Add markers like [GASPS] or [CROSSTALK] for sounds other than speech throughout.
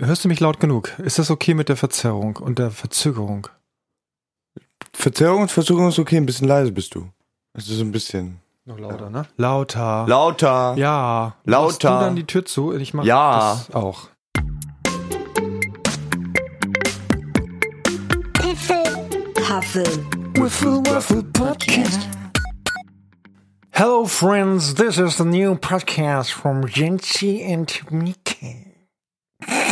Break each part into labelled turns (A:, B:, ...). A: Hörst du mich laut genug? Ist das okay mit der Verzerrung und der Verzögerung?
B: Verzerrung und Verzögerung ist okay, ein bisschen leise bist du. Also so ein bisschen.
A: Noch lauter, ne? Lauter.
B: Lauter.
A: ja.
B: Lauter.
A: Machst du dann die Tür zu? Ich mach
B: Ja.
A: das auch.
C: Puffel.
D: Hello, friends. This is the new podcast from Jency and Miki.
B: Oh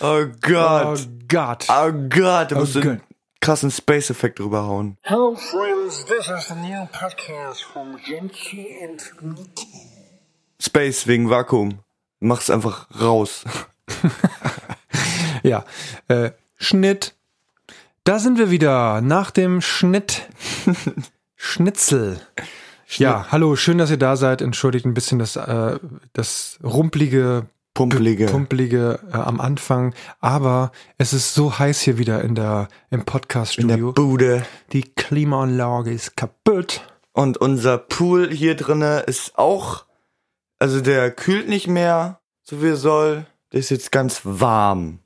A: Oh
B: Gott.
A: Gott.
B: Oh Gott, da musst du einen
A: Gott.
B: krassen Space-Effekt drüber hauen.
D: Hello, friends. This is the new podcast from Jency and Miki.
B: Space wegen Vakuum. Mach's einfach raus.
A: Ja. Äh, Schnitt. Da sind wir wieder. Nach dem
B: [LAUGHS]
A: Schnitt. Schnitzel. Ja, hallo, schön, dass ihr da seid. Entschuldigt ein bisschen das, äh, das rumpelige
B: [LAUGHS] Pumpelige.
A: Pumpelige äh, am Anfang, aber es ist so heiß hier wieder in der im
B: in der
A: Podcast-Studio.
B: Bude.
A: Die Klimaanlage ist kaputt.
B: Und unser Pool hier drinne ist auch, also der kühlt nicht mehr, so wie er soll. Der ist jetzt ganz warm.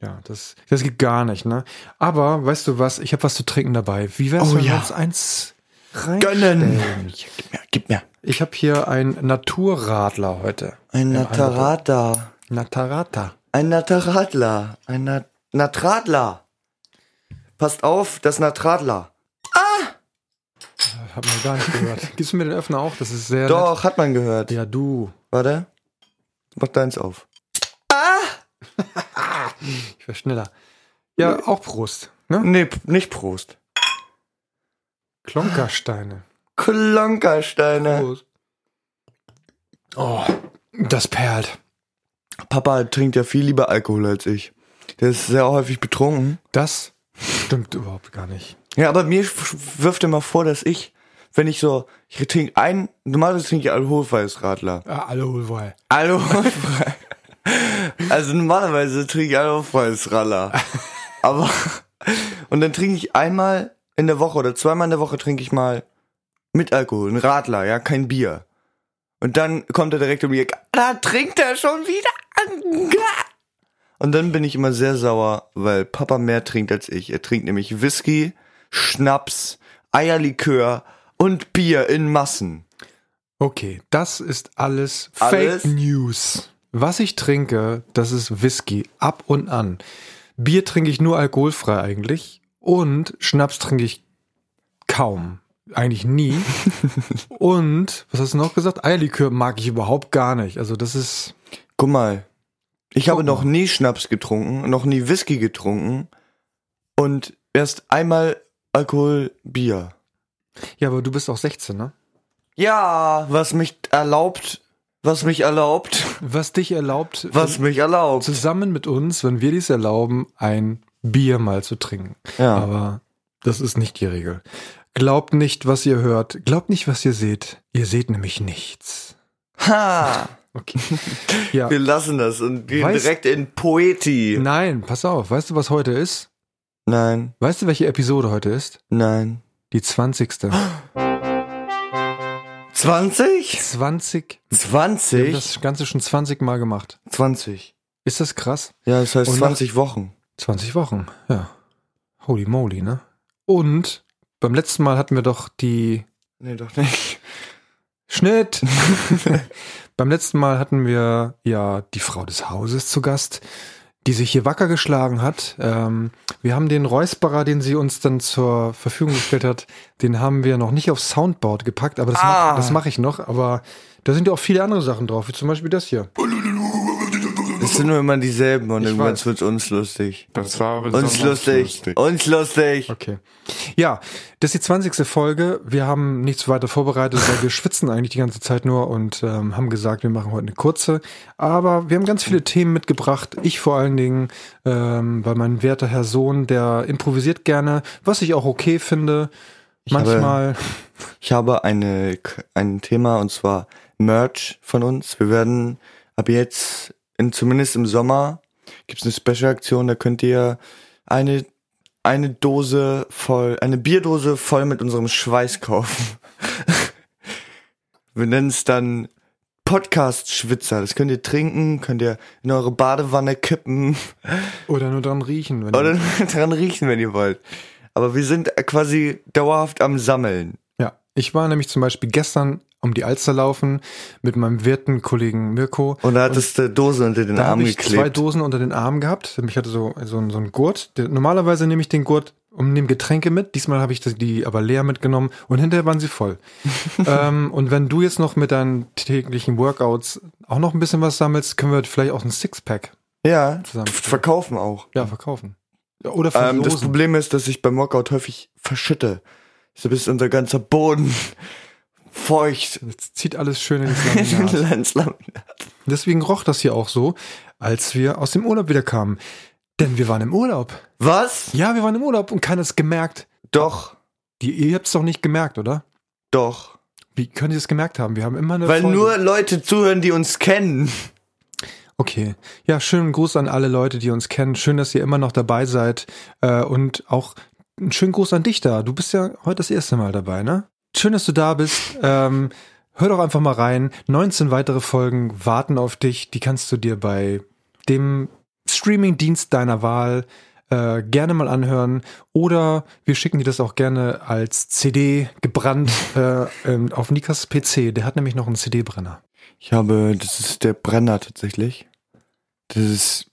A: Ja, das, das geht gar nicht, ne? Aber weißt du was? Ich habe was zu trinken dabei. Wie wär's,
B: Oh
A: wenn wir
B: ja.
A: uns eins rein?
B: Gönnen! Gib mir, gib mir.
A: Ich habe hier ein Naturradler heute.
B: Ein
A: Im Angebot.
B: Natarata.
A: Natarata.
B: Ein Nataradler. Ein Nat Natradler. Passt auf, das Natradler.
A: Hab mir gar nicht
B: [LAUGHS]
A: gehört. Gibst du mir den Öffner auch? Das ist sehr.
B: Doch, hat man gehört.
A: Nett. Ja, du.
B: Warte. Mach deins auf.
A: Ich wär schneller. Ja, auch Prost. Ne?
B: Nee, p- nicht Prost.
A: Klonkersteine.
B: Klonkersteine.
A: Prost. Oh, das perlt.
B: Papa trinkt ja viel lieber Alkohol als ich. Der ist sehr häufig betrunken.
A: Das stimmt überhaupt gar nicht.
B: Ja, aber mir sch- wirft immer vor, dass ich, wenn ich so, ich trinke ein, normalerweise trinke ich alkoholfreies Radler.
A: Ah, alle Hohlweil.
B: Alkoholfrei. also normalerweise trinke ich alkoholfreies Radler. Aber, und dann trinke ich einmal in der Woche oder zweimal in der Woche trinke ich mal mit Alkohol, ein Radler, ja, kein Bier. Und dann kommt er direkt um die Ecke, da trinkt er schon wieder. Und dann bin ich immer sehr sauer, weil Papa mehr trinkt als ich. Er trinkt nämlich Whisky, Schnaps, Eierlikör und Bier in Massen.
A: Okay, das ist alles,
B: Alles?
A: Fake News. Was ich trinke, das ist Whisky, ab und an. Bier trinke ich nur alkoholfrei eigentlich und Schnaps trinke ich kaum. Eigentlich
B: [LAUGHS]
A: nie. und, was hast du noch gesagt? Eierlikör mag ich überhaupt gar nicht. Also das ist,
B: Guck mal, ich habe
A: Guck mal.
B: noch nie Schnaps getrunken, noch nie Whisky getrunken und erst einmal Alkohol, Bier.
A: ja, aber du bist auch 16, ne?
B: Ja, was mich erlaubt, was mich erlaubt, [LAUGHS]
A: Was dich erlaubt,
B: was mich erlaubt.
A: zusammen mit uns, wenn wir dies erlauben, ein Bier mal zu trinken.
B: Ja.
A: Aber das ist nicht die Regel. Glaubt nicht, was ihr hört. Glaubt nicht, was ihr seht. Ihr seht nämlich nichts.
B: Ha!
A: Okay. [LAUGHS] Ja.
B: Wir lassen das und gehen
A: Weißt-
B: direkt in Poeti.
A: Nein, pass auf. Weißt du, was heute ist?
B: Nein,
A: Weißt du, welche Episode heute ist?
B: nein.
A: Die 20.
B: [GASPS] 20?
A: 20. Wir haben
B: 20?
A: das Ganze schon 20 Mal gemacht.
B: 20.
A: Ist das krass?
B: Ja, das heißt
A: Und nach-
B: 20 Wochen.
A: 20 Wochen. Ja. Holy moly, ne? Und beim letzten Mal hatten wir doch die
B: Nee, doch nicht.
A: Schnitt. Beim letzten Mal hatten wir ja die Frau des Hauses zu Gast, die sich hier wacker geschlagen hat. Ähm, wir haben den Räusperer, den sie uns dann zur Verfügung gestellt hat, den haben wir noch nicht aufs Soundboard gepackt, aber das
B: Ah.
A: mach- das mache ich noch. Aber da sind ja auch viele andere Sachen drauf, wie zum Beispiel das hier.
B: Es sind nur immer dieselben und
A: Ich
B: irgendwann
A: weiß.
B: wird's uns lustig.
E: Das war besonders
B: Uns lustig. Uns lustig.
A: Okay. Ja, das ist die 20. Folge. Wir haben nichts weiter vorbereitet, weil wir schwitzen eigentlich die ganze Zeit nur und ähm, haben gesagt, wir machen heute eine kurze. Aber wir haben ganz viele Themen mitgebracht. Ich vor allen Dingen, ähm, weil mein werter Herr Sohn, der improvisiert gerne, was ich auch okay finde. Manchmal.
B: Ich habe eine, ein Thema und zwar Merch von uns. Wir werden ab jetzt, in, zumindest im Sommer, gibt's eine Special-Aktion, da könnt ihr eine, eine Dose voll, eine Bierdose [LAUGHS] voll mit unserem Schweiß kaufen. Wir nennen es dann Podcast-Schwitzer. Das könnt ihr trinken, könnt ihr in eure Badewanne kippen
A: Oder nur dran riechen. Wenn
B: oder [LAUGHS] dran riechen, wenn ihr wollt. Aber wir sind quasi dauerhaft am Sammeln.
A: Ja, ich war nämlich zum Beispiel gestern um die Alster laufen mit meinem Wirtenkollegen Mirko.
B: Und da hattest du Dose unter den
A: Da
B: Arm
A: habe ich zwei
B: geklebt.
A: Dosen unter den Arm gehabt. Ich hatte so, so, einen- so einen Gurt. Der, normalerweise nehme ich den Gurt und nehme Getränke mit. Diesmal habe ich das- die aber leer mitgenommen und hinterher waren sie
B: [LAUGHS]
A: voll. ähm, und wenn du jetzt noch mit deinen täglichen Workouts auch noch ein bisschen was sammelst, können wir vielleicht auch ein Sixpack
B: Ja,
A: zusammen
B: verkaufen auch.
A: ja, verkaufen. Ja, Oder
B: Ähm, das
A: verlosen.
B: Problem ist, dass ich beim Workout häufig verschütte. So bis unser ganzer Boden [LAUGHS] feucht.
A: Jetzt zieht alles schön in die Laminat.
B: [LAUGHS] Landslaminat.
A: Deswegen roch das hier auch so, als wir aus dem Urlaub wieder kamen. Denn wir waren im Urlaub.
B: Was?
A: Ja, wir waren im Urlaub und keiner hat's gemerkt.
B: Doch,
A: Die, ihr habt's doch nicht gemerkt, oder?
B: doch.
A: Wie könnt ihr es gemerkt haben? Wir haben immer eine
B: Weil
A: Folge.
B: nur Leute zuhören, die uns kennen.
A: Okay. Ja, schönen Gruß an alle Leute, die uns kennen. Schön, dass ihr immer noch dabei seid. Äh, und auch einen schönen Gruß an dich da. Du bist ja heute das erste Mal dabei, ne? Schön, dass du da bist. Ähm, hör doch einfach mal rein. 19 weitere Folgen warten auf dich. Die kannst du dir bei dem Streaming-Dienst deiner Wahl äh, gerne mal anhören. Oder wir schicken dir das auch gerne als CD gebrannt äh, ähm, auf Nikas PC. Der hat nämlich noch einen CD-Brenner.
B: Ich habe, das ist der Brenner tatsächlich. Das ist,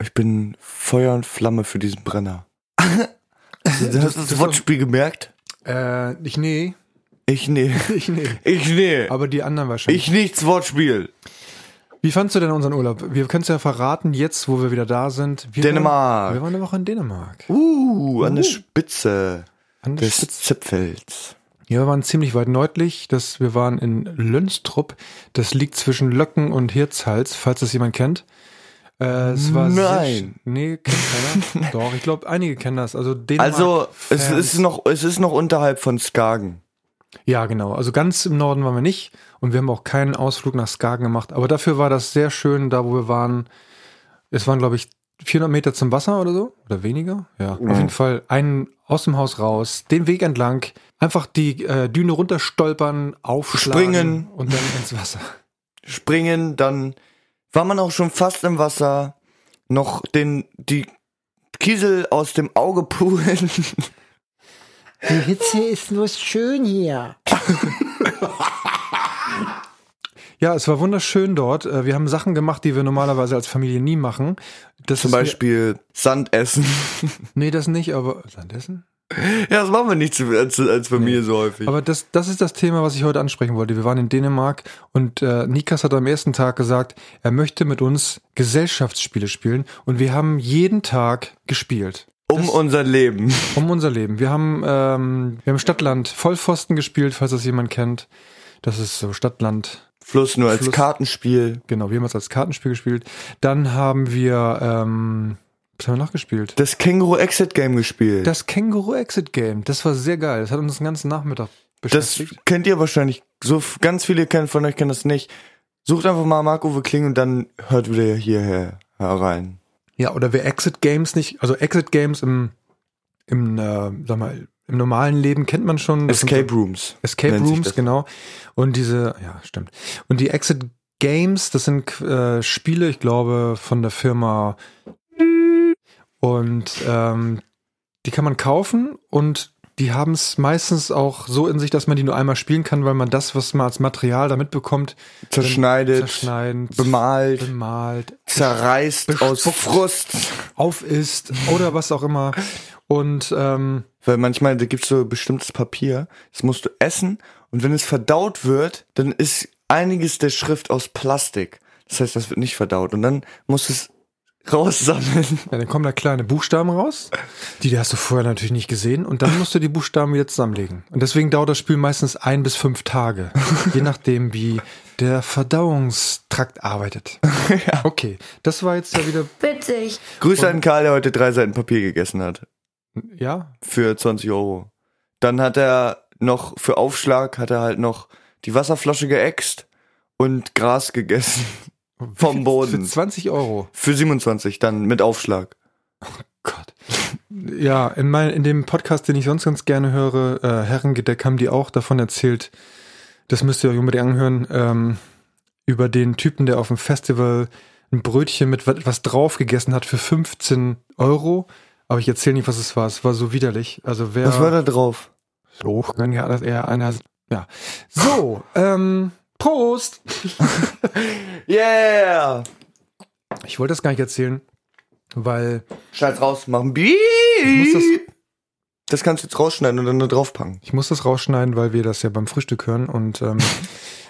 B: ich bin Feuer und Flamme für diesen Brenner. [LAUGHS] Hast du das Wortspiel gemerkt?
A: Äh, ich
B: [LAUGHS]
A: nee.
B: Ich nee.
A: Ich nee.
B: Ich nee.
A: Aber die anderen wahrscheinlich.
B: Ich nichts Wortspiel.
A: Wie fandst du denn unseren Urlaub? Wir können es ja verraten, jetzt, wo wir wieder da sind. Wir
B: Dänemark.
A: Waren, wir waren eine Woche in Dänemark.
B: Uh, an der Spitze
A: An der
B: des
A: Spitze.
B: Zipfels.
A: Ja, wir waren ziemlich weit nördlich. Das, wir waren in Lönstrup. Das liegt zwischen Löcken und Hirtshals, falls das jemand kennt. Äh, es war Sehr,
B: Nein.
A: sch- nee, kennt
B: [LAUGHS]
A: keiner. Doch, ich glaube, einige kennen das. Also Dänemark.
B: Also, es
A: Fans-
B: ist noch, es ist noch unterhalb von Skagen.
A: Ja, genau. Also ganz im Norden waren wir nicht und wir haben auch keinen Ausflug nach Skagen gemacht. Aber dafür war das sehr schön, da wo wir waren. Es waren, glaube ich, 400 Meter zum Wasser oder so oder weniger. Ja,
B: Mhm.
A: auf jeden Fall einen aus dem Haus raus, den Weg entlang, einfach die äh, Düne runterstolpern, aufschlagen
B: Springen.
A: und dann ins Wasser.
B: springen, dann war man auch schon fast im Wasser, noch den, die Kiesel aus dem Auge poolen. [LAUGHS]
D: Die Hitze ist nur schön hier.
A: Ja, es war wunderschön dort. Äh, Wir haben Sachen gemacht, die wir normalerweise als Familie nie machen. Das
B: Zum
A: ist mir-
B: Beispiel Sand essen. [LAUGHS]
A: Nee, das nicht, aber Sandessen?
B: ja, das machen wir nicht so- als, als Familie so häufig.
A: Aber das, das ist das Thema, was ich heute ansprechen wollte. Wir waren in Dänemark und äh, Nikas hat am ersten Tag gesagt, er möchte mit uns Gesellschaftsspiele spielen und wir haben jeden Tag gespielt.
B: um unser Leben.
A: Um unser Leben. Wir haben, ähm, wir haben Stadtland Vollpfosten gespielt, falls das jemand kennt. Das ist so Stadtland.
B: Fluss nur als
A: Fluss.
B: Kartenspiel.
A: Genau, wir haben es als Kartenspiel gespielt. Dann haben wir, ähm, was haben wir noch gespielt?
B: Das Känguru Exit Game gespielt. Das,
A: Das Känguru Exit Game. Das war sehr geil. Das hat uns den ganzen Nachmittag beschäftigt.
B: kennt ihr wahrscheinlich. So f- ganz viele kennen von euch kennen das nicht. Sucht einfach mal Marco Kling und dann hört wieder hierher herein.
A: Ja, oder wer Exit Games nicht, also Exit Games im, im, äh, sag mal, im normalen Leben kennt man schon. Das sind
B: Escape Rooms.
A: so Escape
B: nennt sich
A: Rooms,
B: das.
A: genau. Und diese, ja, stimmt. Und die Exit Games, das sind äh, Spiele, ich glaube, von der Firma. Und ähm, die kann man kaufen und die haben es meistens auch so in sich, dass man die nur einmal spielen kann, weil man das, was man als Material da mitbekommt,
B: Zerschneidet,
A: zerschneiden,
B: bemalt.
A: bemalt
B: zerreißt aus
A: Bespuckt.
B: Frust.
A: auf ist oder was auch immer. Und ähm,
B: Weil manchmal, da gibt's so bestimmtes Papier, das musst du essen und wenn es verdaut wird, dann ist einiges der Schrift aus Plastik. Das heißt, das wird nicht verdaut und dann musst du es raussammeln. [LAUGHS]
A: ja, dann kommen da kleine Buchstaben raus. Die, die hast du vorher natürlich nicht gesehen. Und dann musst du die Buchstaben wieder zusammenlegen. Und deswegen dauert das Spiel meistens ein bis fünf Tage. je nachdem, wie der Verdauungstrakt
B: [LAUGHS]
A: arbeitet. Okay, das war jetzt ja wieder,
C: Witzig.
B: Grüße an Karl, der heute drei Seiten Papier gegessen hat.
A: ja,
B: Für 20 Euro. Dann hat er noch, für Aufschlag hat er halt noch die Wasserflasche geäxt und Gras gegessen. [LAUGHS] Vom
A: für
B: Boden.
A: 20 Euro.
B: Für 27 dann mit Aufschlag.
A: Gott. Ja, in, mein, in dem Podcast, den ich sonst ganz gerne höre, äh, Herrengedeck, haben die auch davon erzählt, das müsst ihr euch unbedingt anhören, ähm, über den Typen, der auf dem Festival ein Brötchen mit wat- was drauf gegessen hat für 15 Euro. Aber ich erzähle nicht, was es war. Es war so widerlich. Also wer.
B: Was war da drauf?
A: So, kann ja das eher einer. Ja. So, ähm, Prost!
B: Yeah!
A: Ich wollte das gar nicht erzählen, weil
B: Schneid's raus, mach ein Beep.
A: muss das-
B: das kannst du jetzt rausschneiden und dann da draufpacken.
A: ich muss das rausschneiden, weil wir das ja beim Frühstück hören und ähm,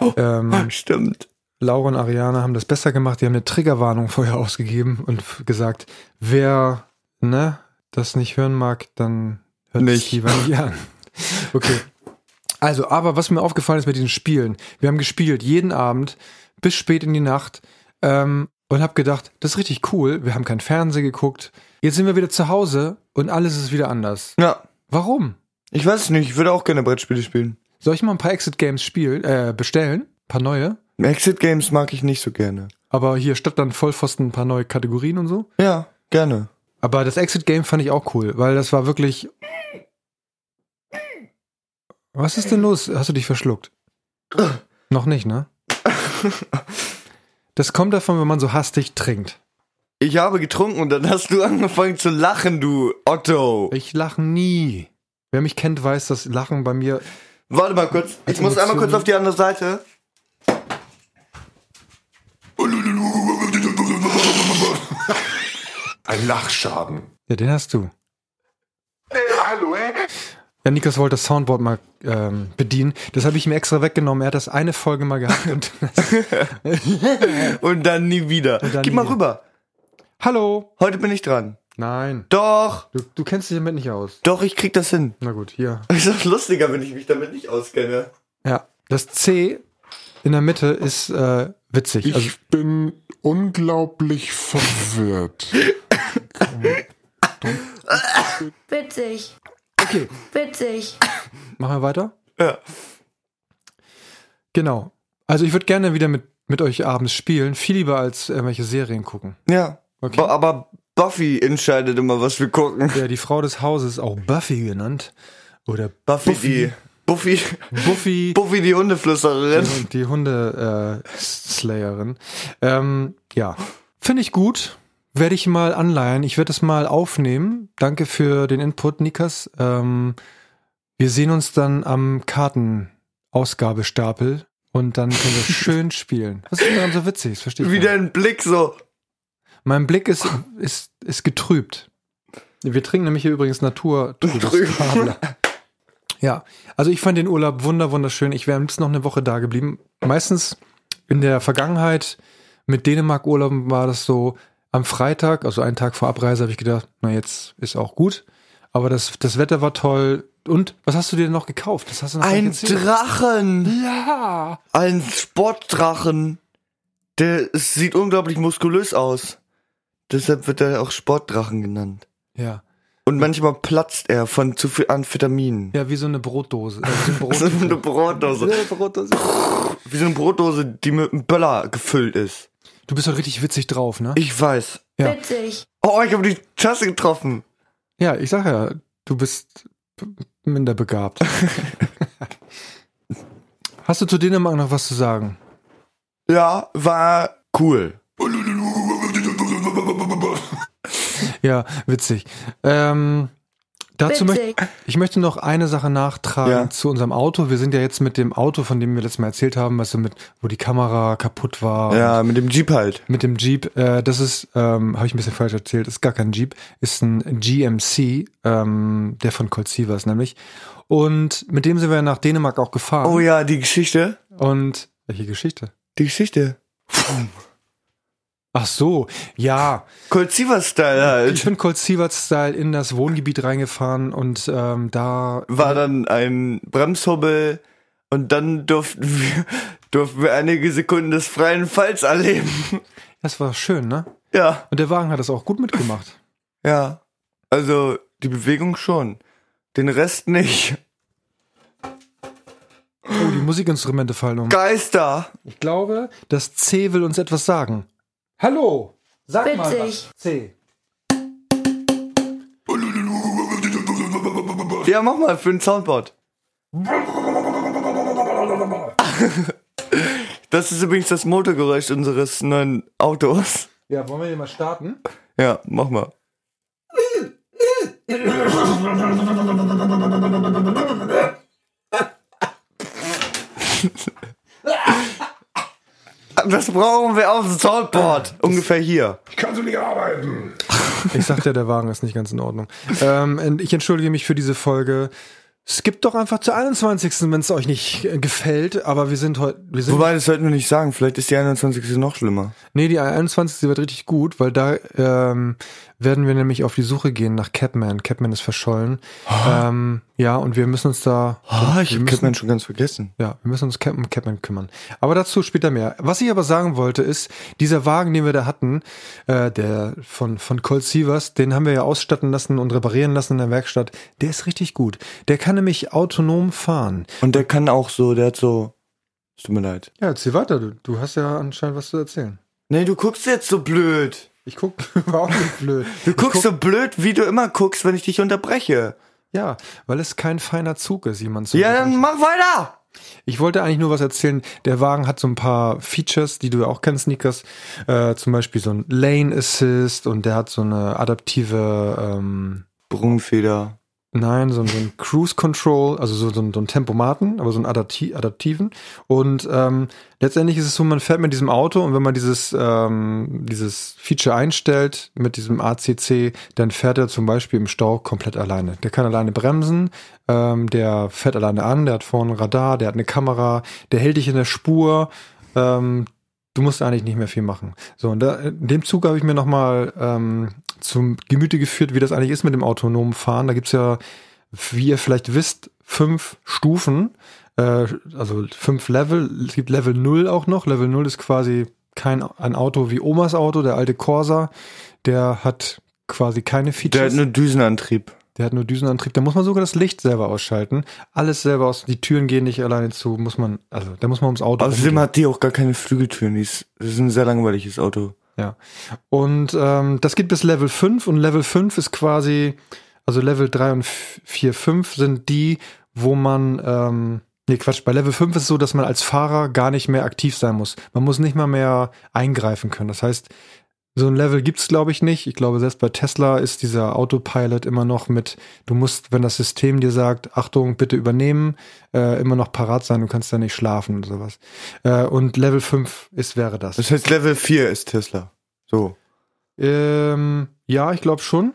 B: Oh.
A: ähm,
B: Stimmt.
A: Laura und Ariane haben das besser gemacht. Die haben eine Triggerwarnung vorher ausgegeben und f- gesagt, wer ne, das nicht hören mag, dann hört
B: Nicht.
A: es lieber nicht an. Okay. Also, aber was mir aufgefallen ist mit diesen Spielen, wir haben gespielt jeden Abend bis spät in die Nacht ähm, und habe gedacht, das ist richtig cool. Wir haben kein Fernsehen geguckt. Jetzt sind wir wieder zu Hause und alles ist wieder anders.
B: Ja.
A: Warum?
B: Ich weiß es nicht, ich würde auch gerne Brettspiele spielen.
A: Soll ich mal ein paar Exit Games spielen, äh, bestellen? Ein paar neue?
B: Exit Games mag ich nicht so gerne.
A: Aber hier statt dann Vollpfosten ein paar neue Kategorien und so?
B: Ja, gerne.
A: Aber das Exit Game fand ich auch cool, weil das war wirklich. Was ist denn los? Hast du dich verschluckt? Noch nicht, ne? Das kommt davon, wenn man so hastig trinkt.
B: Ich habe getrunken und dann hast du [LAUGHS] angefangen zu lachen, du Otto.
A: Ich lache nie. Wer mich kennt, weiß, dass Lachen bei mir.
B: Warte mal kurz. Ich
A: Als
B: muss einmal
A: Emotion-
B: kurz auf die andere Seite.
E: Ein Lachschaden.
A: Ja, den hast du.
E: Hallo, ey.
A: Ja, Nikos wollte das Soundboard mal ähm, bedienen. Das habe ich ihm extra weggenommen. Er hat das eine Folge mal gehabt. Und [LAUGHS]
B: Und dann nie wieder.
A: dann
B: Gib
A: nie
B: mal
A: wieder.
B: rüber.
A: Hallo!
B: Heute bin ich dran.
A: Nein.
B: Doch.
A: Du, du kennst dich damit nicht aus.
B: Doch, ich krieg das hin.
A: Na gut, hier.
B: [LAUGHS] Ist doch lustiger, wenn ich mich damit nicht auskenne.
A: Ja, das C in der Mitte ist äh, witzig.
E: Ich
A: Also,
E: bin unglaublich verwirrt.
C: Witzig.
A: okay,
C: Witzig.
A: machen wir weiter?
B: Ja.
A: Genau. Also ich würde gerne wieder mit, mit euch abends spielen, viel lieber als irgendwelche Serien gucken.
B: Ja.
A: Okay.
B: Bo- Aber Buffy entscheidet immer, was wir gucken.
A: Ja, die Frau des Hauses, auch Buffy genannt. Oder
B: Buffy, die.
A: [LAUGHS]
B: Buffy.
A: Buffy,
B: Buffy die Hundeflüsterin.
A: die, die Hunde-Slayerin. ähm, ja, finde ich gut. Werde ich mal anleihen. Ich werde es mal aufnehmen. Danke für den Input, Nikas. Ähm, wir sehen uns dann am Kartenausgabestapel und dann können wir schön spielen. Was ist denn daran so witzig? Das verstehe ich
B: Wie
A: nicht.
B: dein Blick so.
A: Mein Blick ist, ist, ist getrübt. Wir trinken nämlich hier übrigens Natur.
B: Trüben.
A: [LAUGHS] Ja, also ich fand den Urlaub wunder wunderschön. Ich wäre am liebsten noch eine Woche da geblieben. Meistens in der Vergangenheit mit Dänemark Urlauben war das so am Freitag, also einen Tag vor Abreise, habe ich gedacht, na jetzt ist auch gut. Aber das, das Wetter war toll. Und was hast du dir noch gekauft? Das hast du noch gar
B: Ein
A: nicht erzählt.
B: Drachen.
A: Ja.
B: Ein Sportdrachen. Der es sieht unglaublich muskulös aus. Deshalb wird er auch Sportdrachen genannt.
A: Ja.
B: Und manchmal platzt er von zu viel Amphetaminen.
A: Ja, wie so eine Brotdose. Äh, wie [LAUGHS] so ein Brot-
B: Das ist
A: Ja,
B: eine Brotdose.
A: Brotdose.
B: Wie so eine Brotdose, die mit einem Böller gefüllt ist.
A: Du bist heute richtig witzig drauf, ne?
B: Ich weiß.
A: Ja.
C: Witzig.
B: Oh, ich habe die Tasse getroffen.
A: Ja, ich sag ja, du bist p- minder
B: [LAUGHS]
A: begabt. Hast du zu Dänemark noch was zu sagen?
B: Ja, war cool.
A: Ja, witzig. Ähm, dazu möchte
C: Witzig.
A: ich möchte noch eine Sache nachtragen
B: Ja.
A: zu unserem Auto. Wir sind ja jetzt mit dem Auto, von dem wir letztes Mal erzählt haben, was so mit, wo die Kamera kaputt war. und
B: Ja, mit dem Jeep halt.
A: Mit dem Jeep, äh, das ist, ähm, habe ich ein bisschen falsch erzählt, ist gar kein Jeep, ist ein GMC, ähm, der von Colt Sievers nämlich. Und mit dem sind wir nach Dänemark auch gefahren.
B: Oh ja, die Geschichte.
A: Und welche Geschichte?
B: Die Geschichte.
A: Ach so, ja.
B: Colt Siever Style
A: Ich
B: halt.
A: bin Colt Sievert-Style in das Wohngebiet reingefahren und ähm, da.
B: War dann ein Bremshubbel und dann durften wir, durften wir einige Sekunden des freien Falls erleben.
A: Das war schön, ne?
B: Ja,
A: Und der Wagen hat das auch gut mitgemacht.
B: ja. Also die Bewegung schon. Den Rest nicht. [LAUGHS]
A: Oh, die Musikinstrumente fallen um.
B: Geister.
A: Ich glaube, das C will uns etwas sagen. Hallo! Sag mal
C: Witzig.
A: was. C.
B: Ja, mach mal für ein Soundboard. [LAUGHS] Das ist übrigens das Motorgeräusch unseres neuen Autos.
A: Ja, wollen wir den mal starten?
B: Ja, mach mal. Das brauchen wir auf dem Soundboard. Ungefähr hier.
E: Ich kann so nicht arbeiten.
A: Ich sagte ja, der Wagen ist nicht ganz in Ordnung. Ähm, und ich entschuldige mich für diese Folge. Skippt doch einfach zur 21. wenn es euch nicht äh, gefällt, aber wir sind heute. wir sind-
B: Wobei, das sollten wir nicht sagen. Vielleicht ist die 21. noch schlimmer.
A: Nee, die 21. wird richtig gut, weil da ähm, werden wir nämlich auf die Suche gehen nach Catman. Catman ist verschollen. Ähm, ja, und wir müssen uns da.
B: Ah, ich
A: wir
B: hab
A: müssen,
B: Kidman schon ganz vergessen.
A: ja, wir müssen uns Cap- um Catman kümmern. Aber dazu später mehr. Was ich aber sagen wollte ist, dieser Wagen, den wir da hatten, äh, der von, von Colt Sievers, den haben wir ja ausstatten lassen und reparieren lassen in der Werkstatt. Der ist richtig gut. Der kann nämlich autonom fahren.
B: Und der kann auch so, der hat so. Es tut mir leid.
A: Ja, erzähl weiter. Du, du hast ja anscheinend was zu erzählen.
B: Nee, du guckst jetzt so blöd.
A: Ich guck, [LAUGHS] war auch nicht blöd.
B: Du
A: Ich
B: guckst
A: guck-
B: so blöd, wie du immer guckst, wenn ich dich unterbreche.
A: Ja, weil es kein feiner Zug ist, jemand zu
B: Ja,
A: unterbrechen.
B: dann mach weiter.
A: Ich wollte eigentlich nur was erzählen. Der Wagen hat so ein paar Features, die du ja auch kennst, Niklas. Äh, zum Beispiel so ein Lane Assist und der hat so eine adaptive, ähm,
B: Brumfeder.
A: nein, so ein, so ein Cruise Control, also so, so, ein, so ein Tempomaten, aber so einen adapti adaptiven. Und ähm, letztendlich ist es so, man fährt mit diesem Auto und wenn man dieses, ähm, dieses Feature einstellt mit diesem ACC, dann fährt er zum Beispiel im Stau komplett alleine. Der kann alleine bremsen, ähm, der fährt alleine an, der hat vorne ein Radar, der hat eine Kamera, der hält dich in der Spur. Ähm, du musst eigentlich nicht mehr viel machen. So, und da, in dem Zug habe ich mir nochmal ähm, zum Gemüte geführt, wie das eigentlich ist mit dem autonomen Fahren. Da gibt's ja, wie ihr vielleicht wisst, fünf Stufen, äh, also fünf Level. Es gibt Level 0 auch noch. Level 0 ist quasi kein ein Auto wie Omas Auto, der alte Corsa, der hat quasi keine
B: Der
A: Features.
B: hat nur Düsenantrieb.
A: Der hat nur Düsenantrieb. Da muss man sogar das Licht selber ausschalten. Alles selber aus. Die Türen gehen nicht alleine zu. Muss man, also da muss man ums Auto.
B: Außerdem hat die auch gar keine Flügeltüren. Die ist, das ist ein sehr langweiliges Auto.
A: Ja. Und ähm, das geht bis Level 5 und Level 5 ist quasi, also Level 3 und 4, 5 sind die, wo man, ähm, nee Quatsch, bei Level 5 ist es so, dass man als Fahrer gar nicht mehr aktiv sein muss. Man muss nicht mal mehr eingreifen können. Das heißt, so ein Level gibt's glaube ich, nicht. Ich glaube, selbst bei Tesla ist dieser Autopilot immer noch mit, du musst, wenn das System dir sagt, Achtung, bitte übernehmen, äh, immer noch parat sein, du kannst da nicht schlafen und sowas. Äh, und Level 5 ist, wäre das.
B: Das heißt, Level 4 ist Tesla. So.
A: Ähm, ja, ich glaube schon.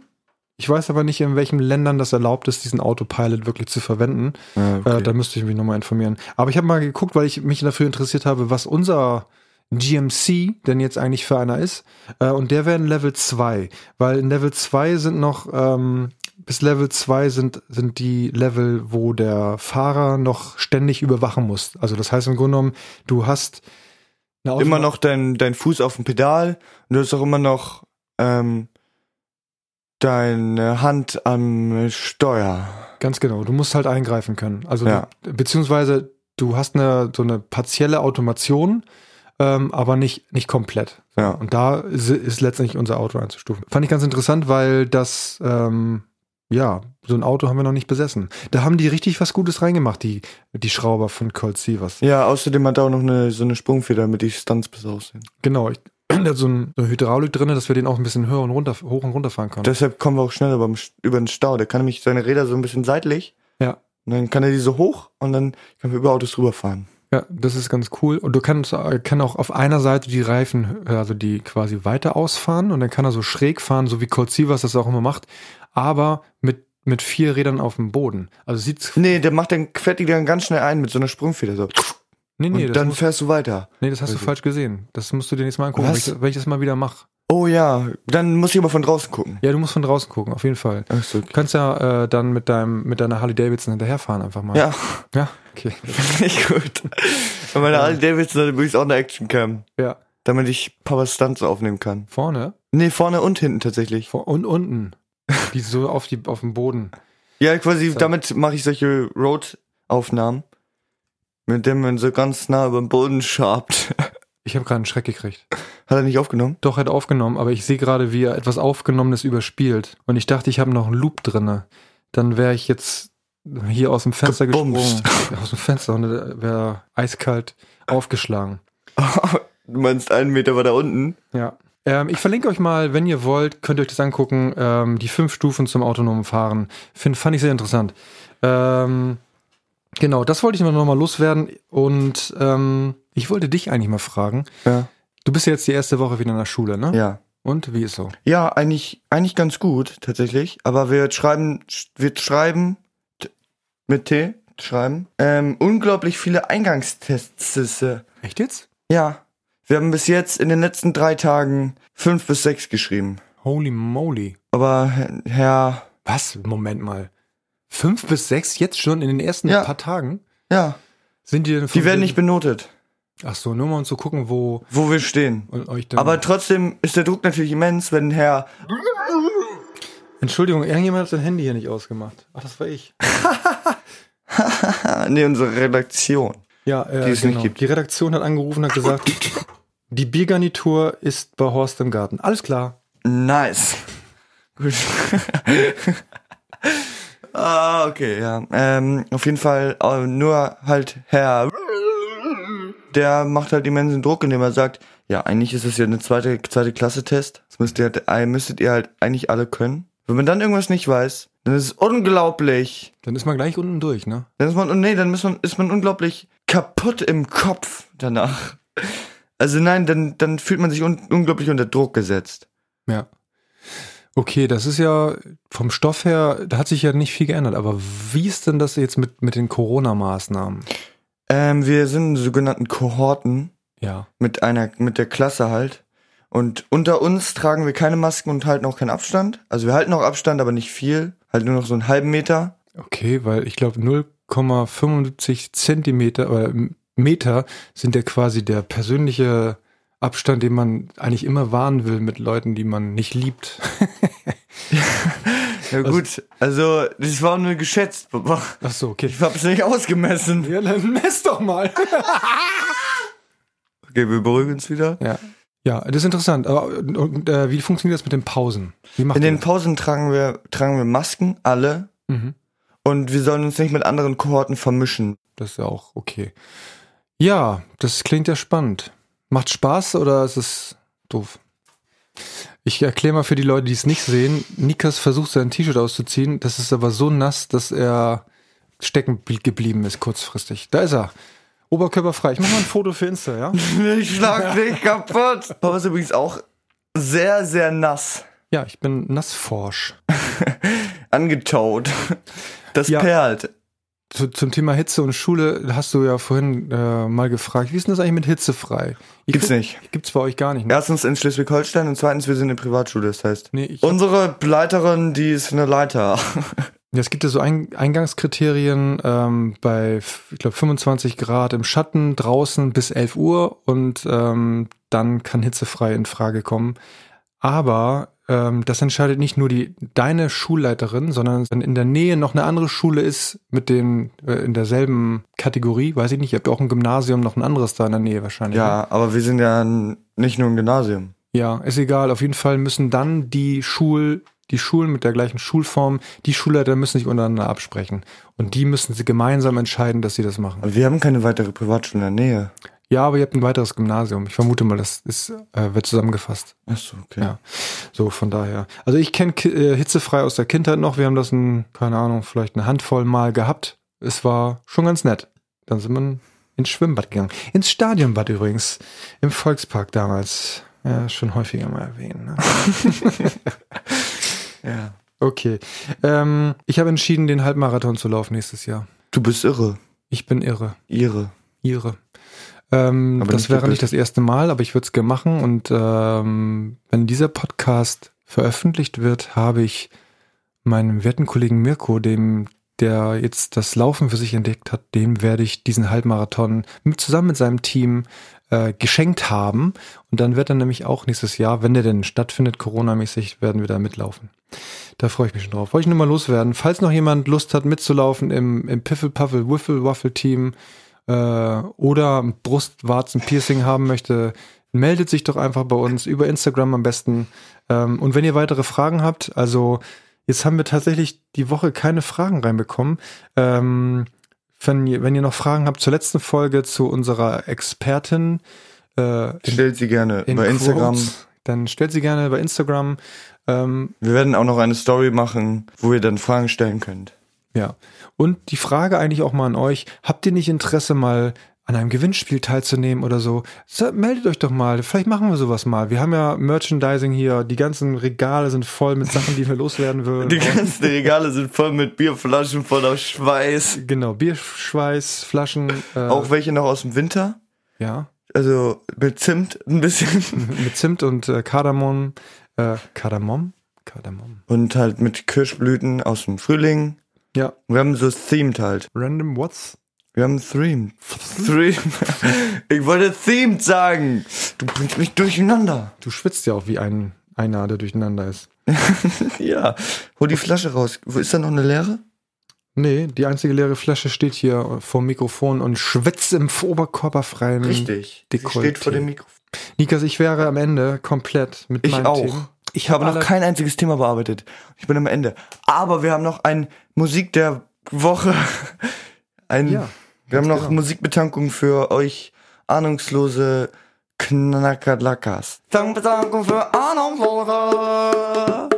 A: Ich weiß aber nicht, in welchen Ländern das erlaubt ist, diesen Autopilot wirklich zu verwenden.
B: Ja,
A: Äh, da müsste ich mich nochmal informieren. Aber ich habe mal geguckt, weil ich mich dafür interessiert habe, was unser GMC denn jetzt eigentlich für einer ist. Äh, und der wäre in Level 2. Weil in Level 2 sind noch, ähm, bis Level 2 sind, sind die Level, wo der Fahrer noch ständig überwachen muss. Also das heißt im Grunde genommen, du hast eine
B: immer
A: Automa-
B: noch dein, dein Fuß auf dem Pedal und du hast auch immer noch ähm, deine Hand am Steuer.
A: Ganz genau, du musst halt eingreifen können. Also
B: Ja.
A: du, beziehungsweise du hast eine so eine partielle Automation, ähm, aber nicht, nicht komplett.
B: Ja.
A: Und da ist, ist letztendlich unser Auto einzustufen. Fand ich ganz interessant, weil das, ähm, ja, so ein Auto haben wir noch nicht besessen. Da haben die richtig was Gutes reingemacht, die, die Schrauber von Colt Sievers.
B: Ja, außerdem hat er auch noch eine, so eine Sprungfeder, damit die Stunts besser aussehen.
A: Genau, ich, [CLEARS THROAT] da ist so ein- so eine Hydraulik drin, dass wir den auch ein bisschen höher und runter, hoch und runter fahren können.
B: Deshalb kommen wir auch schneller beim, St- über den Stau. Der kann nämlich seine Räder so ein bisschen seitlich.
A: Ja.
B: Und dann kann er die so hoch und dann können wir über Autos rüberfahren.
A: Ja, das ist ganz cool. Und du kannst äh, kann auch auf einer Seite die Reifen, äh, also die quasi weiter ausfahren und dann kann er so schräg fahren, so wie Colt Sievers das auch immer macht, aber mit, mit vier Rädern auf dem Boden. Also sieht's.
B: Nee, der macht dann, fährt die dann ganz schnell ein mit so einer Sprungfeder. So.
A: Nee,
B: Und
A: nee, das,
B: dann
A: musst,
B: fährst du weiter.
A: nee das hast du
B: also-
A: falsch gesehen. Das musst du dir nächstes Mal angucken, wenn
B: Was?
A: ich, wenn ich das mal wieder mache.
B: Oh ja, dann muss ich aber von draußen gucken.
A: Ja, du musst von draußen gucken, auf jeden Fall.
B: Ach so.
A: Du kannst ja äh, dann mit deinem mit deiner Harley Davidson hinterherfahren einfach mal.
B: Ja,
A: Ja, okay.
B: [LAUGHS] finde ich gut. Und meine Harley Davidson hat übrigens auch eine Actioncam,
A: Ja.
B: damit ich Papas Stunts aufnehmen kann.
A: Vorne
B: Nee, vorne und hinten tatsächlich.
A: vor, und unten. Die so auf, die, auf dem Boden.
B: Ja, quasi,
A: So.
B: damit mache ich solche Road-Aufnahmen, mit denen man so ganz nah über den Boden schabt. [LAUGHS]
A: Ich habe gerade einen Schreck gekriegt.
B: Hat er nicht aufgenommen?
A: Doch, hat aufgenommen, aber ich sehe gerade, wie er etwas Aufgenommenes überspielt. Und ich dachte, ich habe noch einen Loop drinne. Dann wäre ich jetzt hier aus dem Fenster
B: Gebumst.
A: gesprungen. Aus dem Fenster und wäre eiskalt aufgeschlagen.
B: Du meinst einen Meter weiter unten?
A: Ja. Ähm, ich verlinke euch mal, wenn ihr wollt, könnt ihr euch das angucken. Ähm, die fünf Stufen zum autonomen Fahren. Find, fand ich sehr interessant. Ähm, genau, das wollte ich noch mal loswerden. Und ähm, ich wollte dich eigentlich mal fragen.
B: Ja.
A: Du bist ja jetzt die erste Woche wieder in der Schule, ne?
B: Ja.
A: Und wie ist so?
B: Ja, eigentlich, eigentlich ganz gut, tatsächlich. Aber wir schreiben, wir schreiben t- mit T, schreiben, ähm, unglaublich viele Eingangstests. äh,
A: Echt jetzt?
B: Ja. Wir haben bis jetzt in den letzten drei Tagen fünf bis sechs geschrieben.
A: Holy moly.
B: Aber Herr,
A: Was? Moment mal. Fünf bis sechs jetzt schon in den ersten
B: Ja.
A: paar Tagen?
B: ja,
A: Sind die denn
B: die werden nicht benotet,
A: Ach so, nur mal um zu gucken, wo
B: wo wir stehen.
A: und euch dann.
B: Aber trotzdem ist der Druck natürlich immens, wenn Herr
A: Entschuldigung, irgendjemand hat sein Handy hier nicht ausgemacht. Ach, das war ich.
B: Ah, nee, unsere Redaktion.
A: Ja, äh,
B: Die es nicht gibt.
A: die Redaktion hat angerufen und hat gesagt, die Biergarnitur ist bei Horst im Garten. Alles klar.
B: Nice. Gut. [LAUGHS] ah, okay, ja. Ähm, auf jeden Fall äh, nur halt Herr. Der macht halt immensen Druck, indem er sagt, ja, eigentlich ist das ja eine zweite, zweite Klasse-Test. Das müsst ihr, halt, äh, müsstet ihr halt eigentlich alle können. Wenn man dann irgendwas nicht weiß, dann ist es unglaublich.
A: Dann ist man gleich unten durch, ne?
B: Dann ist man, und nee, dann ist man, ist man unglaublich kaputt im Kopf danach. Also nein, dann, dann fühlt man sich un, unglaublich unter Druck gesetzt.
A: Ja. Okay, das ist ja vom Stoff her, da hat sich ja nicht viel geändert. Aber wie ist denn das jetzt mit, mit den Corona-Maßnahmen?
B: Ähm, wir sind in sogenannten Kohorten
A: Ja.
B: mit einer, mit der Klasse halt. Und unter uns tragen wir keine Masken und halten auch keinen Abstand. Also wir halten auch Abstand, aber nicht viel. Halt nur noch so einen halben Meter.
A: Okay, weil ich glaube 0,75 Zentimeter oder Meter sind ja quasi der persönliche Abstand, den man eigentlich immer wahren will mit Leuten, die man nicht liebt. [LAUGHS]
B: Ja gut, also das war nur geschätzt. [LAUGHS] Papa.
A: Ach so, okay.
B: Ich hab's nicht ausgemessen.
A: Ja, dann mess doch mal.
B: Okay, wir beruhigen uns wieder.
A: Ja. Ja, das ist interessant. Aber und, und, äh, wie funktioniert das mit den Pausen? Wie macht
B: In
A: ihr
B: den
A: das?
B: Pausen tragen wir, tragen wir Masken, alle.
A: Mhm.
B: Und wir sollen uns nicht mit anderen Kohorten vermischen. [LAUGHS]
A: Das ist ja auch okay. Ja, das klingt ja spannend. Macht Spaß oder ist es doof? Ich erkläre mal für die Leute, die es nicht sehen. Nikas versucht sein T-Shirt auszuziehen. Das ist aber so nass, dass er stecken blie- geblieben ist kurzfristig. Da ist er. Oberkörperfrei. Ich mache mal ein Foto für Insta, ja?
B: Ich schlag dich kaputt. Papa ist übrigens auch sehr, sehr nass.
A: Ja, ich bin nassforsch.
B: angetaut. [LAUGHS] Das
A: Ja.
B: perlt.
A: zu, zum Thema Hitze und Schule hast du ja vorhin äh, mal gefragt, wie ist denn das eigentlich mit hitzefrei? Ich
B: Gibt's
A: find-
B: nicht.
A: Gibt's bei euch gar nicht. Ne?
B: Erstens in Schleswig-Holstein und zweitens, wir sind eine Privatschule, das heißt.
A: Nee, ich,
B: Unsere Leiterin, die ist eine Leiter. [LAUGHS]
A: es gibt ja so ein, Eingangskriterien ähm, bei, f- ich glaube, 25 Grad im Schatten draußen bis 11 Uhr und ähm, dann kann hitzefrei in Frage kommen. Aber ähm, das entscheidet nicht nur die deine Schulleiterin, sondern wenn in der Nähe noch eine andere Schule ist mit den äh, in derselben Kategorie, weiß ich nicht, ihr habt auch ein Gymnasium, noch ein anderes da in der Nähe wahrscheinlich. ne?
B: Ja, aber wir sind ja n- nicht nur im Gymnasium.
A: Ja, ist egal. Auf jeden Fall müssen dann die Schul, die Schulen mit der gleichen Schulform, die Schulleiter müssen sich untereinander absprechen. Und die müssen sie gemeinsam entscheiden, dass sie das machen.
B: Aber wir haben keine weitere Privatschule in der Nähe.
A: Ja, aber ihr habt ein weiteres Gymnasium. Ich vermute mal, das ist, äh, wird zusammengefasst.
B: Achso, okay.
A: Ja. So, von daher. Also ich kenne Ki- äh, hitzefrei aus der Kindheit noch. Wir haben das, ein, keine Ahnung, vielleicht eine Handvoll Mal gehabt. Es war schon ganz nett. Dann sind wir ins Schwimmbad gegangen. Ins Stadionbad übrigens. Im Volkspark damals. Ja, schon häufiger mal erwähnen. Ne?
B: Ja.
A: Okay. Ähm, ich habe entschieden, den Halbmarathon zu laufen nächstes Jahr.
B: Du bist irre.
A: Ich bin irre.
B: Ihre.
A: Ihre. Ähm,
B: Aber
A: das
B: nicht
A: wäre
B: doppelt.
A: nicht das erste Mal, aber ich würde es gerne machen. Und ähm, wenn dieser Podcast veröffentlicht wird, habe ich meinem werten Kollegen Mirko, dem, der jetzt das Laufen für sich entdeckt hat, dem werde ich diesen Halbmarathon mit, zusammen mit seinem Team äh, geschenkt haben. Und dann wird er nämlich auch nächstes Jahr, wenn der denn stattfindet, Corona-mäßig, werden wir da mitlaufen. Da freue ich mich schon drauf. Wollte ich nur mal loswerden. Falls noch jemand Lust hat, mitzulaufen im, im Piffel-Puffel-Wiffle-Waffle-Team, äh, oder ein Brustwarzen-Piercing haben möchte, meldet sich doch einfach bei uns über Instagram am besten. Ähm, und wenn ihr weitere Fragen habt, also jetzt haben wir tatsächlich die Woche keine Fragen reinbekommen. Ähm, wenn, ihr, wenn ihr noch Fragen habt zur letzten Folge zu unserer Expertin, äh,
B: Stellt sie gerne
A: in
B: bei Instagram.
A: Quotes, dann stellt sie gerne bei Instagram. Ähm,
B: Wir werden auch noch eine Story machen, wo ihr dann Fragen stellen könnt.
A: ja. Und die Frage eigentlich auch mal an euch: Habt ihr nicht Interesse, mal an einem Gewinnspiel teilzunehmen oder so? So, Meldet euch doch mal. Vielleicht machen wir sowas mal. Wir haben ja Merchandising hier. Die ganzen Regale sind voll mit Sachen, die wir loswerden würden.
B: [LAUGHS] Die ganzen Regale sind voll mit Bierflaschen voller Schweiß.
A: Genau, Bierschweiß, Flaschen. Äh,
B: Auch welche noch aus dem Winter.
A: ja.
B: Also mit Zimt ein bisschen.
A: Mit Zimt und äh, Kardamom. Äh, Kardamom? Kardamom.
B: Und halt mit Kirschblüten aus dem Frühling.
A: Ja.
B: Wir haben so themed halt.
A: Random What's?
B: Wir haben themed. Themed. [LAUGHS] Ich wollte themed sagen. Du bringst mich durcheinander.
A: Du schwitzt ja auch wie ein einer, der durcheinander ist.
B: Ja. Hol die Flasche raus. Wo Ist da noch eine leere?
A: Nee, die einzige leere Flasche steht hier vor dem Mikrofon und schwitzt im oberkörperfreien.
B: Die
A: Dekolleté.
B: steht vor dem Mikrofon.
A: Nikas, ich wäre am Ende komplett mit
B: Ich
A: meinem
B: auch.
A: Thema.
B: Ich habe noch
A: Alle-
B: kein einziges Thema bearbeitet. Ich bin am Ende. Aber wir haben noch ein Musik der Woche. [LAUGHS] Ein,
A: Ja,
B: wir haben noch
A: genau.
B: Musikbetankung für euch ahnungslose Knackerlackers. Tankbetankung für Ahnungslose.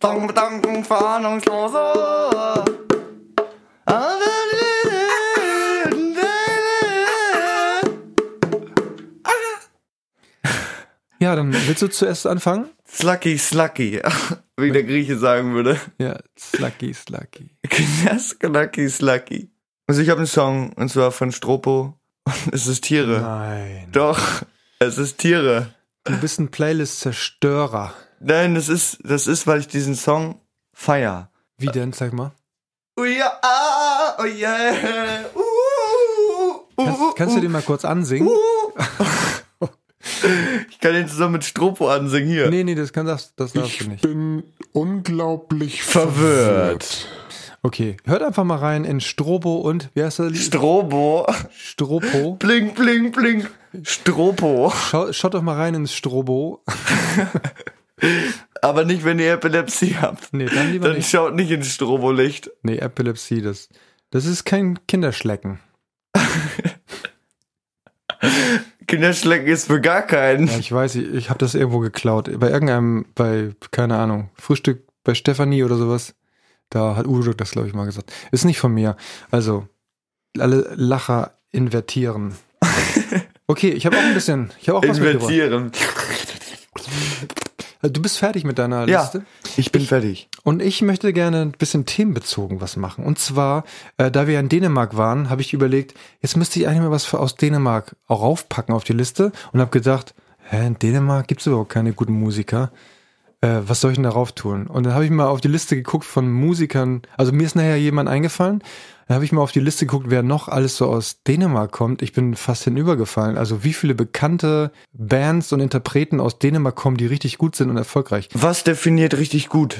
B: Tankbetankung für Ahnungslose.
A: Ja, dann willst du zuerst anfangen?
B: Slucky, Slucky, [LAUGHS] wie der Grieche sagen würde.
A: Ja, Slacky, Slacky.
B: Knass, knacki, slacky. Also ich habe einen Song, und zwar von Stropo. [LAUGHS] Und es ist Tiere.
A: Nein.
B: Doch, es ist Tiere.
A: Du bist ein Playlist-Zerstörer.
B: Nein, das ist, das ist, weil ich diesen Song feier.
A: Wie denn, sag mal?
B: Oh ja, ah, oh yeah. Uh, uh, uh, uh,
A: Kannst, kannst du den mal kurz ansingen?
B: uh. [LAUGHS] Ich kann den zusammen mit Stropo ansingen hier.
A: Nee, nee, das, kann, das, das darfst du
E: Ich
A: nicht.
E: bin unglaublich
B: Verwirrt.
E: verwirrt.
A: Okay, hört einfach mal rein in Strobo und, wie heißt der? Lied?
B: Strobo.
A: Stropo.
B: Bling, bling, bling. Stropo.
A: Schau, schaut doch mal rein ins Strobo.
B: Aber nicht, wenn ihr Epilepsie habt.
A: Nee, dann lieber
B: Dann
A: nicht.
B: schaut nicht ins Strobolicht.
A: Nee, Epilepsie, das, das ist kein Kinderschlecken.
B: Kinderschlecken ist für gar keinen.
A: Ja, ich weiß, ich, ich habe das irgendwo geklaut. Bei irgendeinem, bei, keine Ahnung, Frühstück bei Stefanie oder sowas. Da hat Udo das, glaube ich, mal gesagt. Ist nicht von mir. Also, alle Lacher invertieren. Okay, ich habe auch ein bisschen, ich habe auch was mitgebracht. Also,
B: Invertieren.
A: Du bist fertig mit deiner
B: Ja.
A: Liste?
B: Ich bin fertig.
A: Und ich möchte gerne ein bisschen themenbezogen was machen. Und zwar, äh, da wir ja in Dänemark waren, habe ich überlegt, jetzt müsste ich eigentlich mal was für, aus Dänemark auch raufpacken auf die Liste und habe gedacht, hä, in Dänemark gibt's überhaupt keine guten Musiker. Äh, was soll ich denn darauf tun? Und dann habe ich mal auf die Liste geguckt von Musikern. Also mir ist nachher jemand eingefallen. Dann habe ich mal auf die Liste geguckt, wer noch alles so aus Dänemark kommt. Ich bin fast hinübergefallen. Also wie viele bekannte Bands und Interpreten aus Dänemark kommen, die richtig gut sind und erfolgreich.
B: Was definiert richtig gut?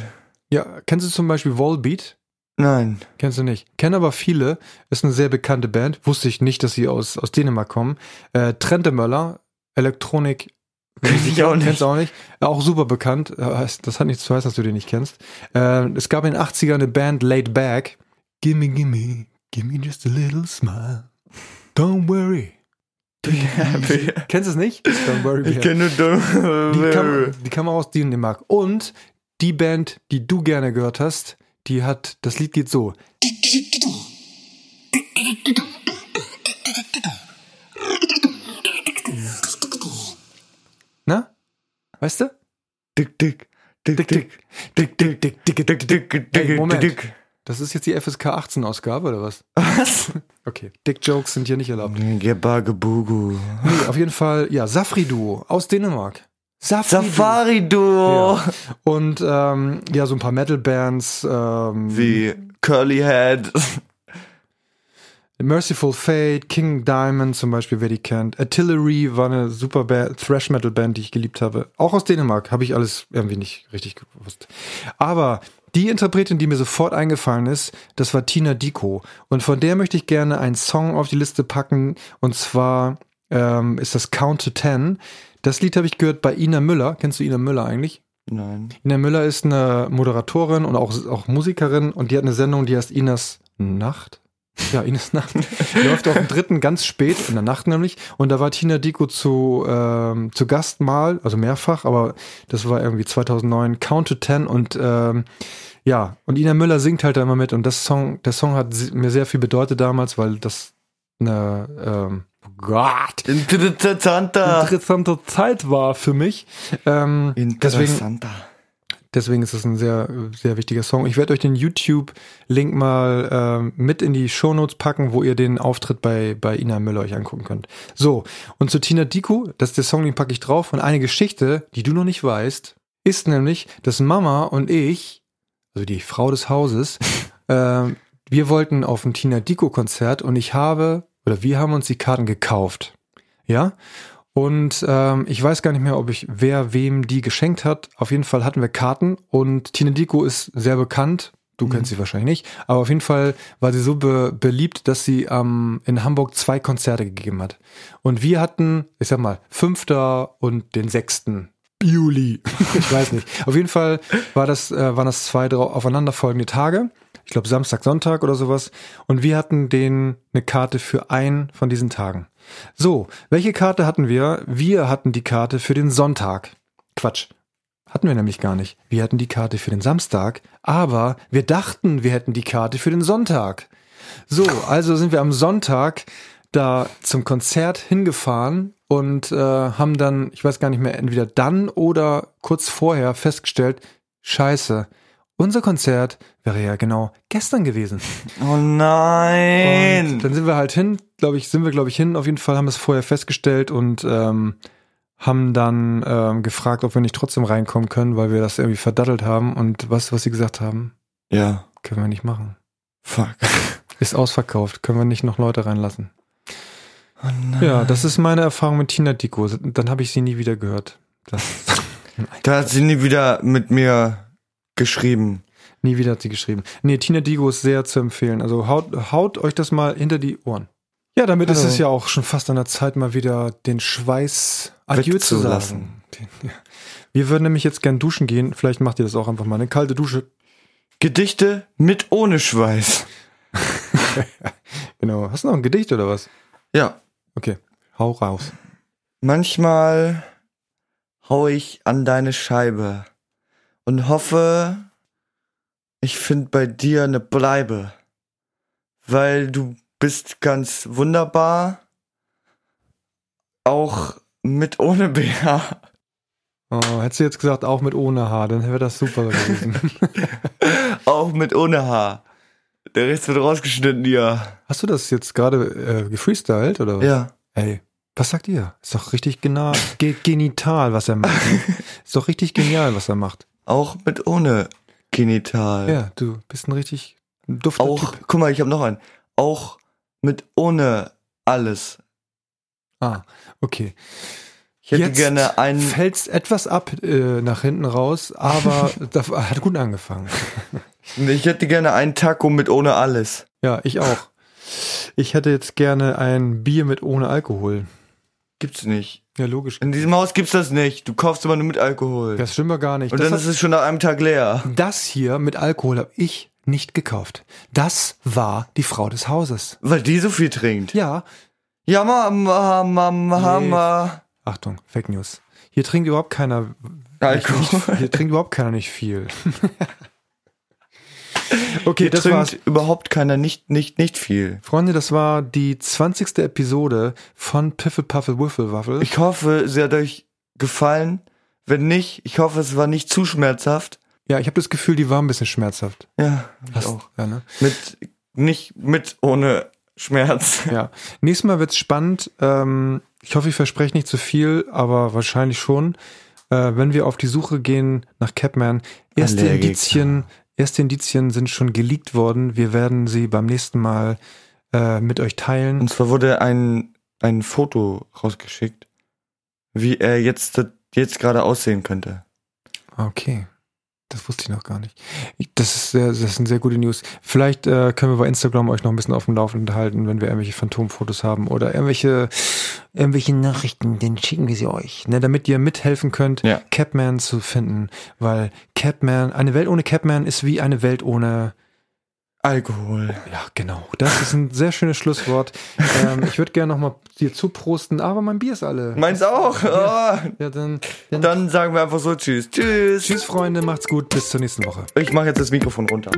A: Ja, kennst du zum Beispiel Wallbeat?
B: Nein.
A: Kennst du nicht. Kenne aber viele. Ist eine sehr bekannte Band. Wusste ich nicht, dass sie aus, aus Dänemark kommen. Äh, Trente Möller, Elektronik.
B: Weiß ich auch nicht.
A: Kennst du auch nicht. Äh, Auch super bekannt. Äh, heißt- Das hat nichts zu heißen, dass du den nicht kennst. Äh, es gab in den 80ern eine Band, Laid Back. Gimme, gimme, gimme just a little smile. Don't worry.
B: [LAUGHS] ich
A: Kennst du es nicht? Don't worry. be happy.
B: kenne nur
A: Die kam, die kam auch aus Dänemark. Und die Band, die du gerne gehört hast, die hat, das Lied geht so. Na? Weißt du?
B: Dick, dick. Dick, dick.
A: Dick, dick, dick, dick, dick,
B: Dick, dick, dick,
A: Hey,
B: dick,
A: Moment.
B: dick.
A: Das ist jetzt die FSK 18 Ausgabe oder was?
B: Was?
A: Okay, Dick Jokes sind hier nicht erlaubt.
B: Gebagebugu.
A: Nee, auf jeden Fall, ja, Safri Duo aus Dänemark. Safri
B: Safari-Duo.
A: Ja. Und ähm, ja, so ein paar Metal-Bands, ähm,
B: Wie Curly Head.
A: Merciful Fate, King Diamond zum Beispiel, wer die kennt. Artillery war eine super Band, Thrash Metal Band, die ich geliebt habe. Auch aus Dänemark habe ich alles irgendwie nicht richtig gewusst. Aber die Interpretin, die mir sofort eingefallen ist, das war Tina Dico. Und von der möchte ich gerne einen Song auf die Liste packen. Und zwar ähm, ist das Count to Ten. Das Lied habe ich gehört bei Ina Müller. Kennst du Ina Müller eigentlich?
B: Nein.
A: Ina Müller ist eine Moderatorin und auch, auch Musikerin und die hat eine Sendung, die heißt Inas Nacht. Ja, Ines Nacht. Läuft auch am dritten ganz spät, in der Nacht nämlich. Und da war Tina Dico zu, ähm, zu Gast mal, also mehrfach, aber das war irgendwie 2009, Count to Ten und ähm, ja, und Ina Müller singt halt da immer mit und das Song, der Song hat si- mir sehr viel bedeutet damals, weil das eine, ähm, oh Gott,
B: Interessanter.
A: interessante Zeit war für mich. Ähm, deswegen
B: Interessanter.
A: Deswegen ist es ein sehr, sehr wichtiger Song. Ich werde euch den YouTube-Link mal ähm, mit in die Shownotes packen, wo ihr den Auftritt bei, bei Ina Müller euch angucken könnt. So, und zu Tina Diku, das ist der Song, den packe ich drauf. Und eine Geschichte, die du noch nicht weißt, ist nämlich, dass Mama und ich, also die Frau des Hauses, [LAUGHS] ähm, wir wollten auf ein Tina Diku-Konzert und ich habe, oder wir haben uns die Karten gekauft. Ja? Und ähm, ich weiß gar nicht mehr, ob ich wer wem die geschenkt hat. Auf jeden Fall hatten wir Karten und Tina Dico ist sehr bekannt. Du kennst sie wahrscheinlich nicht, aber auf jeden Fall war sie so be beliebt, dass sie ähm, in Hamburg zwei Konzerte gegeben hat. Und wir hatten, ich sag mal, 5. und den 6. Juli. [LAUGHS] ich weiß nicht. Auf jeden Fall war das, äh, waren das zwei drau- aufeinanderfolgende Tage. Ich glaube Samstag, Sonntag oder sowas. Und wir hatten den eine Karte für einen von diesen Tagen. So, welche Karte hatten wir? Wir hatten die Karte für den Sonntag. Quatsch. Hatten wir nämlich gar nicht. Wir hatten die Karte für den Samstag, aber wir dachten, wir hätten die Karte für den Sonntag. So, also sind wir am Sonntag da zum Konzert hingefahren und äh, haben dann, ich weiß gar nicht mehr, entweder dann oder kurz vorher festgestellt, scheiße, unser Konzert wäre ja genau gestern gewesen.
B: Oh
A: Und
B: nein.
A: dann sind wir halt hin, glaube ich, sind wir, glaube ich, hin. Auf jeden Fall haben wir es vorher festgestellt und ähm, haben dann ähm, gefragt, ob wir nicht trotzdem reinkommen können, weil wir das irgendwie verdattelt haben. Und was, was sie gesagt haben,
B: Ja.
A: können wir nicht machen.
B: Fuck.
A: Ist ausverkauft, können wir nicht noch Leute reinlassen.
B: Oh nein.
A: Ja, das ist meine Erfahrung mit Tina Dico. Dann habe ich sie nie wieder gehört. Das,
B: Da hat sie nie wieder mit mir geschrieben.
A: nie wieder hat sie geschrieben. Nee, Tina Dico ist sehr zu empfehlen. Also haut, haut euch das mal hinter die Ohren. Ja, damit ist
B: Also-
A: es ja auch schon fast an der Zeit, mal wieder den Schweiß adieu zu lassen.
B: Wegzulassen.
A: Den- ja. Wir würden nämlich jetzt gern duschen gehen. Vielleicht macht ihr das auch einfach mal. Eine kalte Dusche.
B: Gedichte mit ohne Schweiß.
A: Genau. Hast du noch ein Gedicht oder was?
B: Ja.
A: Okay. Hau raus.
B: Manchmal hau ich an deine Scheibe und hoffe, ich find bei dir eine Bleibe, weil du bist ganz wunderbar, auch mit ohne BH.
A: Oh, hättest du jetzt gesagt, auch mit ohne Haar, dann wäre das super gewesen.
B: [LAUGHS] Auch mit ohne Haar. Der Rest wird rausgeschnitten, ja.
A: Hast du das jetzt gerade äh, gefreestylt oder was?
B: Ja.
A: Ey, was sagt ihr? Ist doch richtig gena ge genital, was er macht. ne?
B: [LAUGHS]
A: Ist doch richtig genial, was er macht.
B: Auch mit ohne Genital.
A: Ja, du bist ein richtig dufter
B: Auch,
A: Typ.
B: guck mal, ich habe noch einen. Auch mit ohne alles.
A: Ah, okay.
B: Ich hätte
A: Jetzt
B: gerne einen
A: Fällst etwas ab äh, nach hinten raus,
B: [LAUGHS]
A: aber das hat gut angefangen.
B: Ich hätte gerne einen Taco mit ohne alles.
A: Ja, ich auch. Ich hätte jetzt gerne ein Bier mit ohne Alkohol.
B: Gibt's nicht.
A: Ja, logisch.
B: In diesem Haus gibt's das nicht. Du kaufst immer nur mit Alkohol.
A: Das stimmt doch gar nicht.
B: Und
A: Das
B: dann
A: hat-
B: ist es schon nach einem Tag leer.
A: das hier mit Alkohol habe ich nicht gekauft. Das war die Frau des Hauses.
B: Weil die so viel trinkt.
A: Ja,
B: Ja, Mama, Mama, Mama.
A: Achtung, Fake News. Hier trinkt überhaupt keiner.
B: Alkohol.
A: Nicht, nicht, hier trinkt überhaupt keiner nicht
B: [LAUGHS]
A: viel. okay,
B: Hier
A: das
B: trinkt
A: war's.
B: überhaupt keiner nicht, nicht, nicht viel.
A: Freunde, das war die 20. Episode von Piffle Puffle Wiffle Waffle.
B: Ich hoffe, sie hat euch gefallen. Wenn nicht, ich hoffe, es war nicht zu schmerzhaft.
A: ja, ich habe das Gefühl, die war ein bisschen schmerzhaft.
B: Ja, ich
A: Hast-
B: auch.
A: Ja, ne?
B: Mit, nicht mit ohne Schmerz.
A: ja. Nächstes Mal wird's spannend. Ähm, ich hoffe, ich verspreche nicht zu viel, aber wahrscheinlich schon. Äh, wenn wir auf die Suche gehen nach Catman, erste
B: Allergiker.
A: Indizien, erste Indizien sind schon geleakt worden. Wir werden sie beim nächsten Mal äh, mit euch teilen.
B: Und zwar wurde ein, ein Foto rausgeschickt, wie er jetzt, jetzt gerade aussehen könnte.
A: Ah, Okay. Das wusste ich noch gar nicht. Das ist sehr, das sind sehr gute News. Vielleicht äh, können wir bei Instagram euch noch ein bisschen auf dem Laufenden halten, wenn wir irgendwelche Phantomfotos haben oder irgendwelche, irgendwelche Nachrichten, dann schicken wir sie euch. Ne, damit ihr mithelfen könnt,
B: Ja.
A: Capman zu finden. Weil Capman, eine Welt ohne Capman ist wie eine Welt ohne
B: Alkohol.
A: Ja, genau. Das ist ein sehr schönes Schlusswort. ähm, ich würde gerne nochmal dir zuprosten, aber mein Bier ist alle.
B: Meins auch. Oh,
A: Ja, dann, dann,
B: dann sagen wir einfach so Tschüss. Tschüss.
A: Tschüss, Freunde, macht's gut, bis zur nächsten Woche.
B: Ich mache jetzt das Mikrofon runter.